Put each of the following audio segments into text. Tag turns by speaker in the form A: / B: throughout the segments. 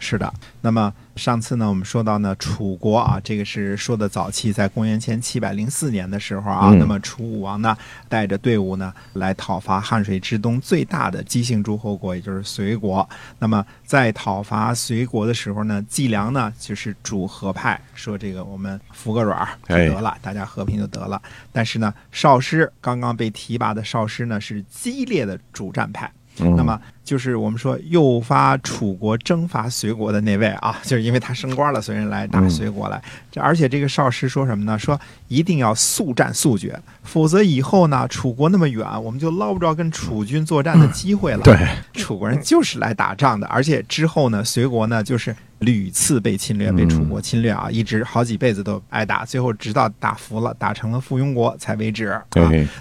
A: 是的，那么上次呢，我们说到呢，楚国啊，这个是说的早期，在公元前七百零四年的时候啊，
B: 嗯
A: 那么楚武王呢，带着队伍呢，来讨伐汉水之东最大的姬姓诸侯国，也就是隋国。那么在讨伐隋国的时候呢，季梁呢，就是主和派，说这个我们服个软儿就
B: 哎
A: 得了，大家和平就得了。但是呢，少师刚刚被提拔的少师呢，是激烈的主战派。那么就是我们说诱发楚国征伐隋国的那位啊， 就是因为他升官了，所以人来打隋国来。这而且这个少师说什么呢？说一定要速战速决，否则以后呢，楚国那么远，我们就捞不着跟楚军作战的机会了。
B: 对，
A: 楚国人就是来打仗的，而且之后呢，隋国呢就是屡次被侵略，被楚国侵略啊，一直好几辈子都挨打，最后直到打服了，打成了附庸国才为止。啊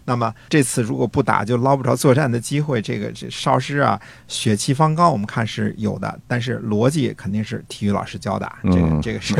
A: 那么这次如果不打，就捞不着作战的机会。这个这少师啊，血气方刚，我们看是有的，但是逻辑肯定是体育老师教的，啊这个
B: 嗯
A: 这个是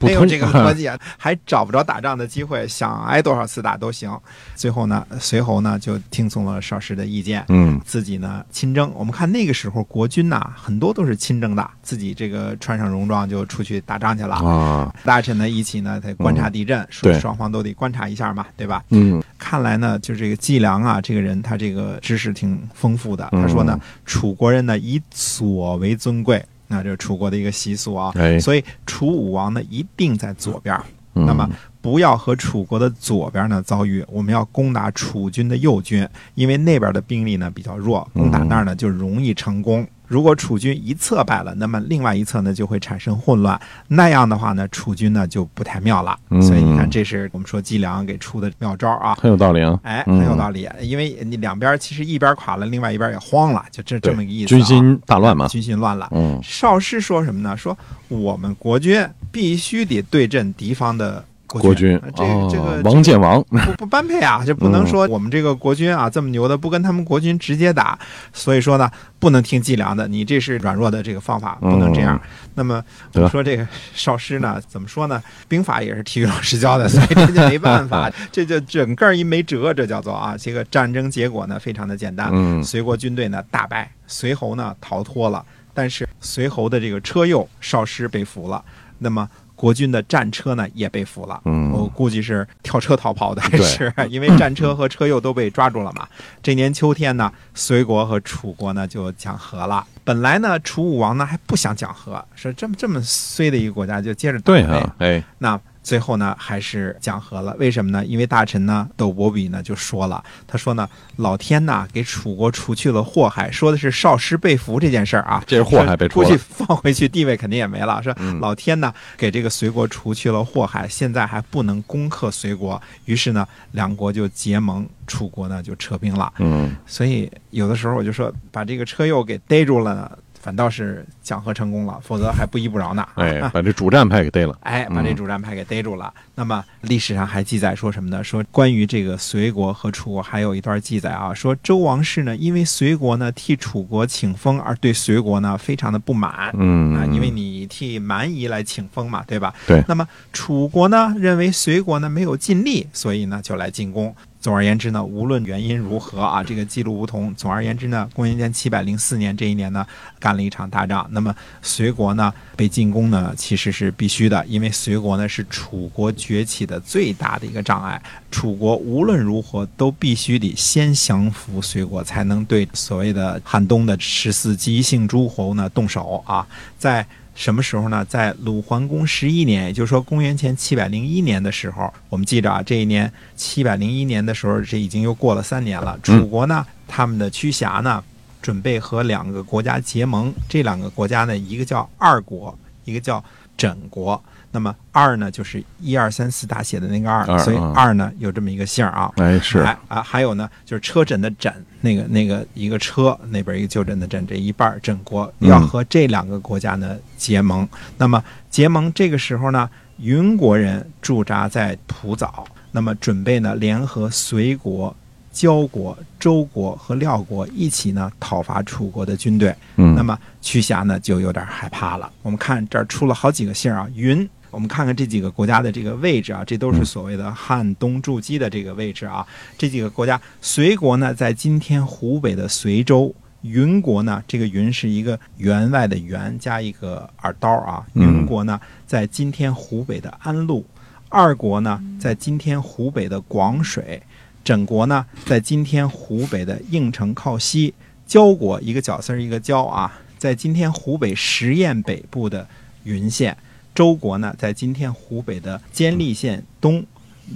A: 没有
B: 通
A: 这个逻辑啊，还找不着打仗的机会，想挨多少次打都行。最后呢，随侯呢就听从了少师的意见，
B: 嗯，
A: 自己呢亲征。我们看那个时候国军呐、很多都是亲征的，自己这个穿上戎装就出去打仗去了。
B: 啊，
A: 大臣呢一起呢得观察地震，说
B: 嗯对
A: 双方都得观察一下嘛，对吧？
B: 嗯
A: 看来呢，就这个季梁啊，这个人他这个知识挺丰富的。
B: 嗯
A: 他说呢，楚国人呢以左为尊贵，那这是楚国的一个习俗啊。
B: 哎
A: 所以楚武王呢一定在左边儿。
B: 嗯
A: 那么不要和楚国的左边呢遭遇，我们要攻打楚军的右军，因为那边的兵力呢比较弱，
B: 嗯
A: 攻打那儿呢就容易成功。如果楚军一侧败了，那么另外一侧呢就会产生混乱，那样的话呢，楚军呢就不太妙了。
B: 嗯
A: 所以你看，这是我们说季梁给出的妙招啊。
B: 很有道理啊。
A: 哎，
B: 嗯
A: 很有道理，因为你两边其实一边垮了，另外一边也慌了，就这这
B: 对
A: 么个意思、啊。
B: 军心嗯大乱嘛。
A: 军心乱了。
B: 嗯
A: 邵氏说什么呢？说我们国军必须得对阵敌方的
B: 国
A: 国
B: 军
A: 军。呃这个这
B: 哦
A: 个
B: 王建王，
A: 不不般配啊，这不
B: 嗯
A: 能说我们这个国军啊这么牛的不跟他们国军直接打，所以说呢不能听季梁的，你这是软弱的这个方法，不能这样。
B: 嗯
A: 那么我们说这个少师呢，怎么说呢？兵法也是体育老师教的，所以这就没办 法，这就整个一没辙，这叫做啊，这个战争结果呢非常的简单，
B: 嗯
A: 隋国军队呢大败，隋侯呢逃脱了，但是隋侯的这个车右少师被俘了，那么国军的战车呢也被俘了。
B: 嗯
A: 我估计是跳车逃跑的，
B: 对
A: 是因为战车和车右都被抓住了嘛。这年秋天呢，隋国和楚国呢就讲和了。本来呢，楚武王呢还不想讲和，说这么这么衰的一个国家就接着
B: 对
A: 啊。
B: 啊，哎，
A: 那最后呢，还是讲和了。为什么呢？因为大臣呢，斗伯比呢就说了，他说呢，老天呐给楚国除去了祸害，说的是少师被俘这件事儿啊，
B: 这是祸害被
A: 估
B: 除了嗯
A: 计放回去地位肯定也没了。说老天呐给这个隋国除去了祸害，现在还不能攻克隋国，于是呢，两国就结盟，楚国呢就撤兵了。
B: 嗯，
A: 所以有的时候我就说，把这个车右给逮住了呢，反倒是讲和成功了，否则还不依不饶呢。
B: 哎，把这主战派给逮了。
A: 哎，把这主战派给逮住了。那么历史上还记载说什么呢？说关于这个隋国和楚国还有一段记载啊，说周王室呢，因为隋国呢替楚国请封，而对隋国呢非常的不满。
B: 嗯
A: 啊，因为你替蛮夷来请封嘛，对吧？
B: 对
A: 那么楚国呢，认为隋国呢没有尽力，所以呢就来进攻。总而言之呢，无论原因如何啊，这个记录无同。总而言之呢，公元前七百零四年这一年呢，干了一场大仗。那么隋国呢被进攻呢，其实是必须的，因为隋国呢是楚国崛起的最大的一个障碍。楚国无论如何都必须得先降服隋国，才能对所谓的汉东的十四姬姓诸侯呢动手啊。在什么时候呢？在鲁桓公十一年，也就是说公元前七百零一年的时候，我们记着啊，这一年七百零一年的时候，这已经又过了三年了。楚国呢，他们的区辖呢，准备和两个国家结盟，这两个国家呢，一个叫二国，一个叫枕国。那么二呢，就是一二三四大写的那个二，
B: 二
A: 所以
B: 嗯
A: 二呢有这么一个姓儿啊。
B: 哎是
A: 哎啊，还有呢，就是车枕的枕，那个那个一个车那边一个就诊的诊，这一半儿枕国
B: 嗯
A: 要和这两个国家呢结盟。那么结盟这个时候呢，云国人驻扎在普枣，那么准备呢联合隋国、交国、周国和廖国一起呢讨伐楚国的军队。
B: 嗯，
A: 那么屈瑕呢就有点害怕了。我们看这儿出了好几个姓儿啊，云。我们看看这几个国家的这个位置啊，这都是所谓的汉东筑基的这个位置啊。这几个国家，隋国呢在今天湖北的随州，云国呢这个云是一个员外的员加一个耳刀啊，
B: 嗯
A: 云国呢在今天湖北的安陆，二国呢在今天湖北的广水，枕国呢在今天湖北的应城靠西，胶国一个绞丝儿一个胶啊，在今天湖北十堰北部的云县，周国呢在今天湖北的监利县东，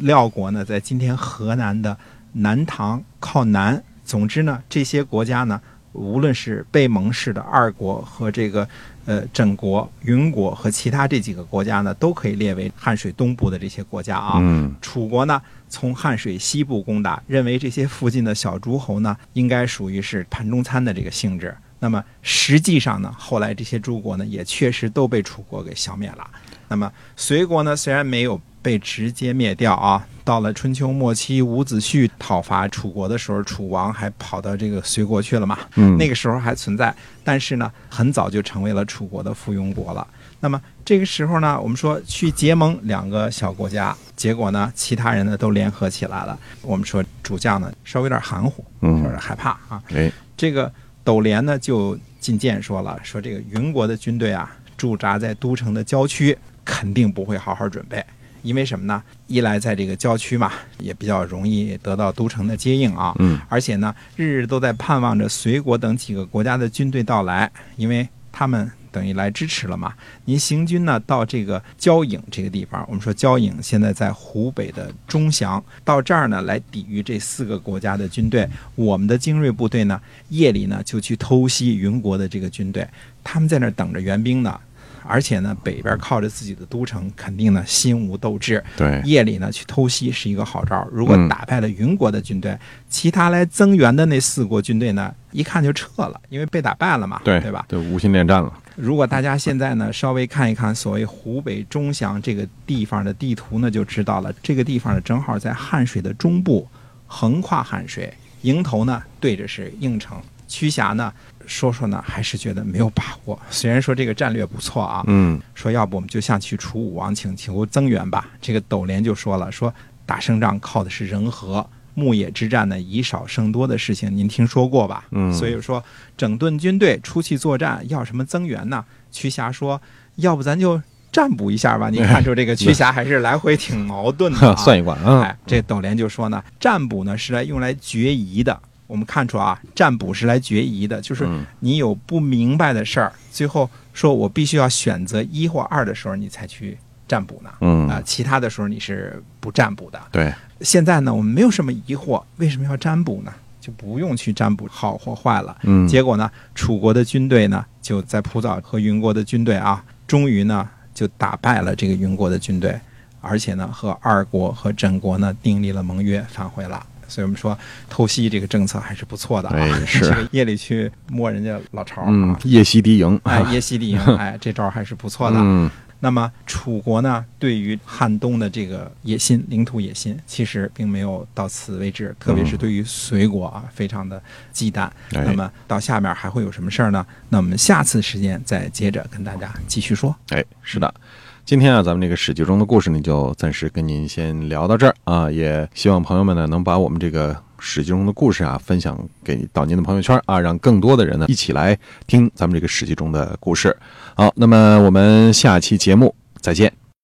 A: 廖国呢在今天河南的南唐靠南。总之呢，这些国家呢，无论是被盟誓的二国和这个呃枕国、云国和其他这几个国家呢，都可以列为汉水东部的这些国家啊。
B: 嗯
A: 楚国呢，从汉水西部攻打，认为这些附近的小诸侯呢，应该属于是盘中餐的这个性质。那么实际上呢，后来这些诸国呢，也确实都被楚国给消灭了。那么隋国呢，虽然没有被直接灭掉啊，到了春秋末期，伍子胥讨伐楚国的时候，楚王还跑到这个隋国去了嘛，
B: 嗯
A: 那个时候还存在，但是呢，很早就成为了楚国的附庸国了。那么这个时候呢，我们说去结盟两个小国家，结果呢，其他人呢都联合起来了。我们说主将呢稍微有点含糊，有点
B: 嗯，
A: 害怕啊。
B: 哎，
A: 这个斗连呢就进谏说了，说这个云国的军队啊驻扎在都城的郊区，肯定不会好好准备。因为什么呢？一来在这个郊区嘛，也比较容易得到都城的接应啊，
B: 嗯，
A: 而且呢，日日都在盼望着隋国等几个国家的军队到来，因为他们等于来支持了嘛。您行军呢到这个交郢这个地方，我们说交郢现在在湖北的钟祥，到这儿呢来抵御这四个国家的军队。我们的精锐部队呢，夜里呢就去偷袭云国的这个军队，他们在那儿等着援兵呢。而且呢，北边靠着自己的都城，肯定呢心无斗志，
B: 对，
A: 夜里呢去偷袭是一个好招儿。如果
B: 嗯
A: 打败了云国的军队，其他来增援的那四国军队呢，一看就撤了，因为被打败了嘛，
B: 对，
A: 对吧？
B: 对，无心恋战了。
A: 如果大家现在呢稍微看一看所谓湖北钟祥这个地方的地图呢，就知道了。这个地方呢正好在汉水的中部，横跨汉水，迎头呢对着是应城，曲峡呢说说呢还是觉得没有把握。虽然说这个战略不错啊，
B: 嗯
A: 说要不我们就向去楚武王请求增援吧。这个斗连就说了，说打胜仗靠的是人和，牧野之战呢以少胜多的事情，您听说过吧？
B: 嗯
A: 所以说整顿军队出去作战要什么增援 呢？瞿霞说，要不咱就占卜一下吧。您看出这个瞿霞还是来回挺矛盾的、
B: 哼
A: 啊，
B: 算一卦啊，
A: 哎，这董连就说呢，占卜呢是来用来决疑的。我们看出啊，占卜是来决疑的，就是
B: 嗯
A: 你有不明白的事儿，最后说我必须要选择一或二的时候，你才去占卜呢。
B: 嗯
A: 啊、，其他的时候你是不占卜的。
B: 对，
A: 现在呢，我们没有什么疑惑，为什么要占卜呢？就不用去占卜好或坏了。
B: 嗯，
A: 结果呢，楚国的军队呢，就在普枣和云国的军队啊，终于呢就打败了这个云国的军队，而且呢和二国和郑国呢订立了盟约，返回了。所以我们说偷袭这个政策还是不错的啊，
B: 哎是
A: 这个夜里去摸人家老巢啊，
B: 嗯，夜袭敌营，
A: 哎夜袭 敌营，哎这招还是不错的。
B: 嗯
A: 那么楚国呢，对于汉东的这个野心、领土野心，其实并没有到此为止，特别是对于隋国啊，非常的忌惮。
B: 哎
A: 那么到下面还会有什么事儿呢？那我们下次时间再接着跟大家继续说。
B: 哎，是的。今天啊，咱们这个《史记》中的故事呢，就暂时跟您先聊到这儿啊。也希望朋友们呢，能把我们这个《史记》中的故事啊，分享给到您的朋友圈啊，让更多的人呢一起来听咱们这个《史记》中的故事。好，那么我们下期节目再见。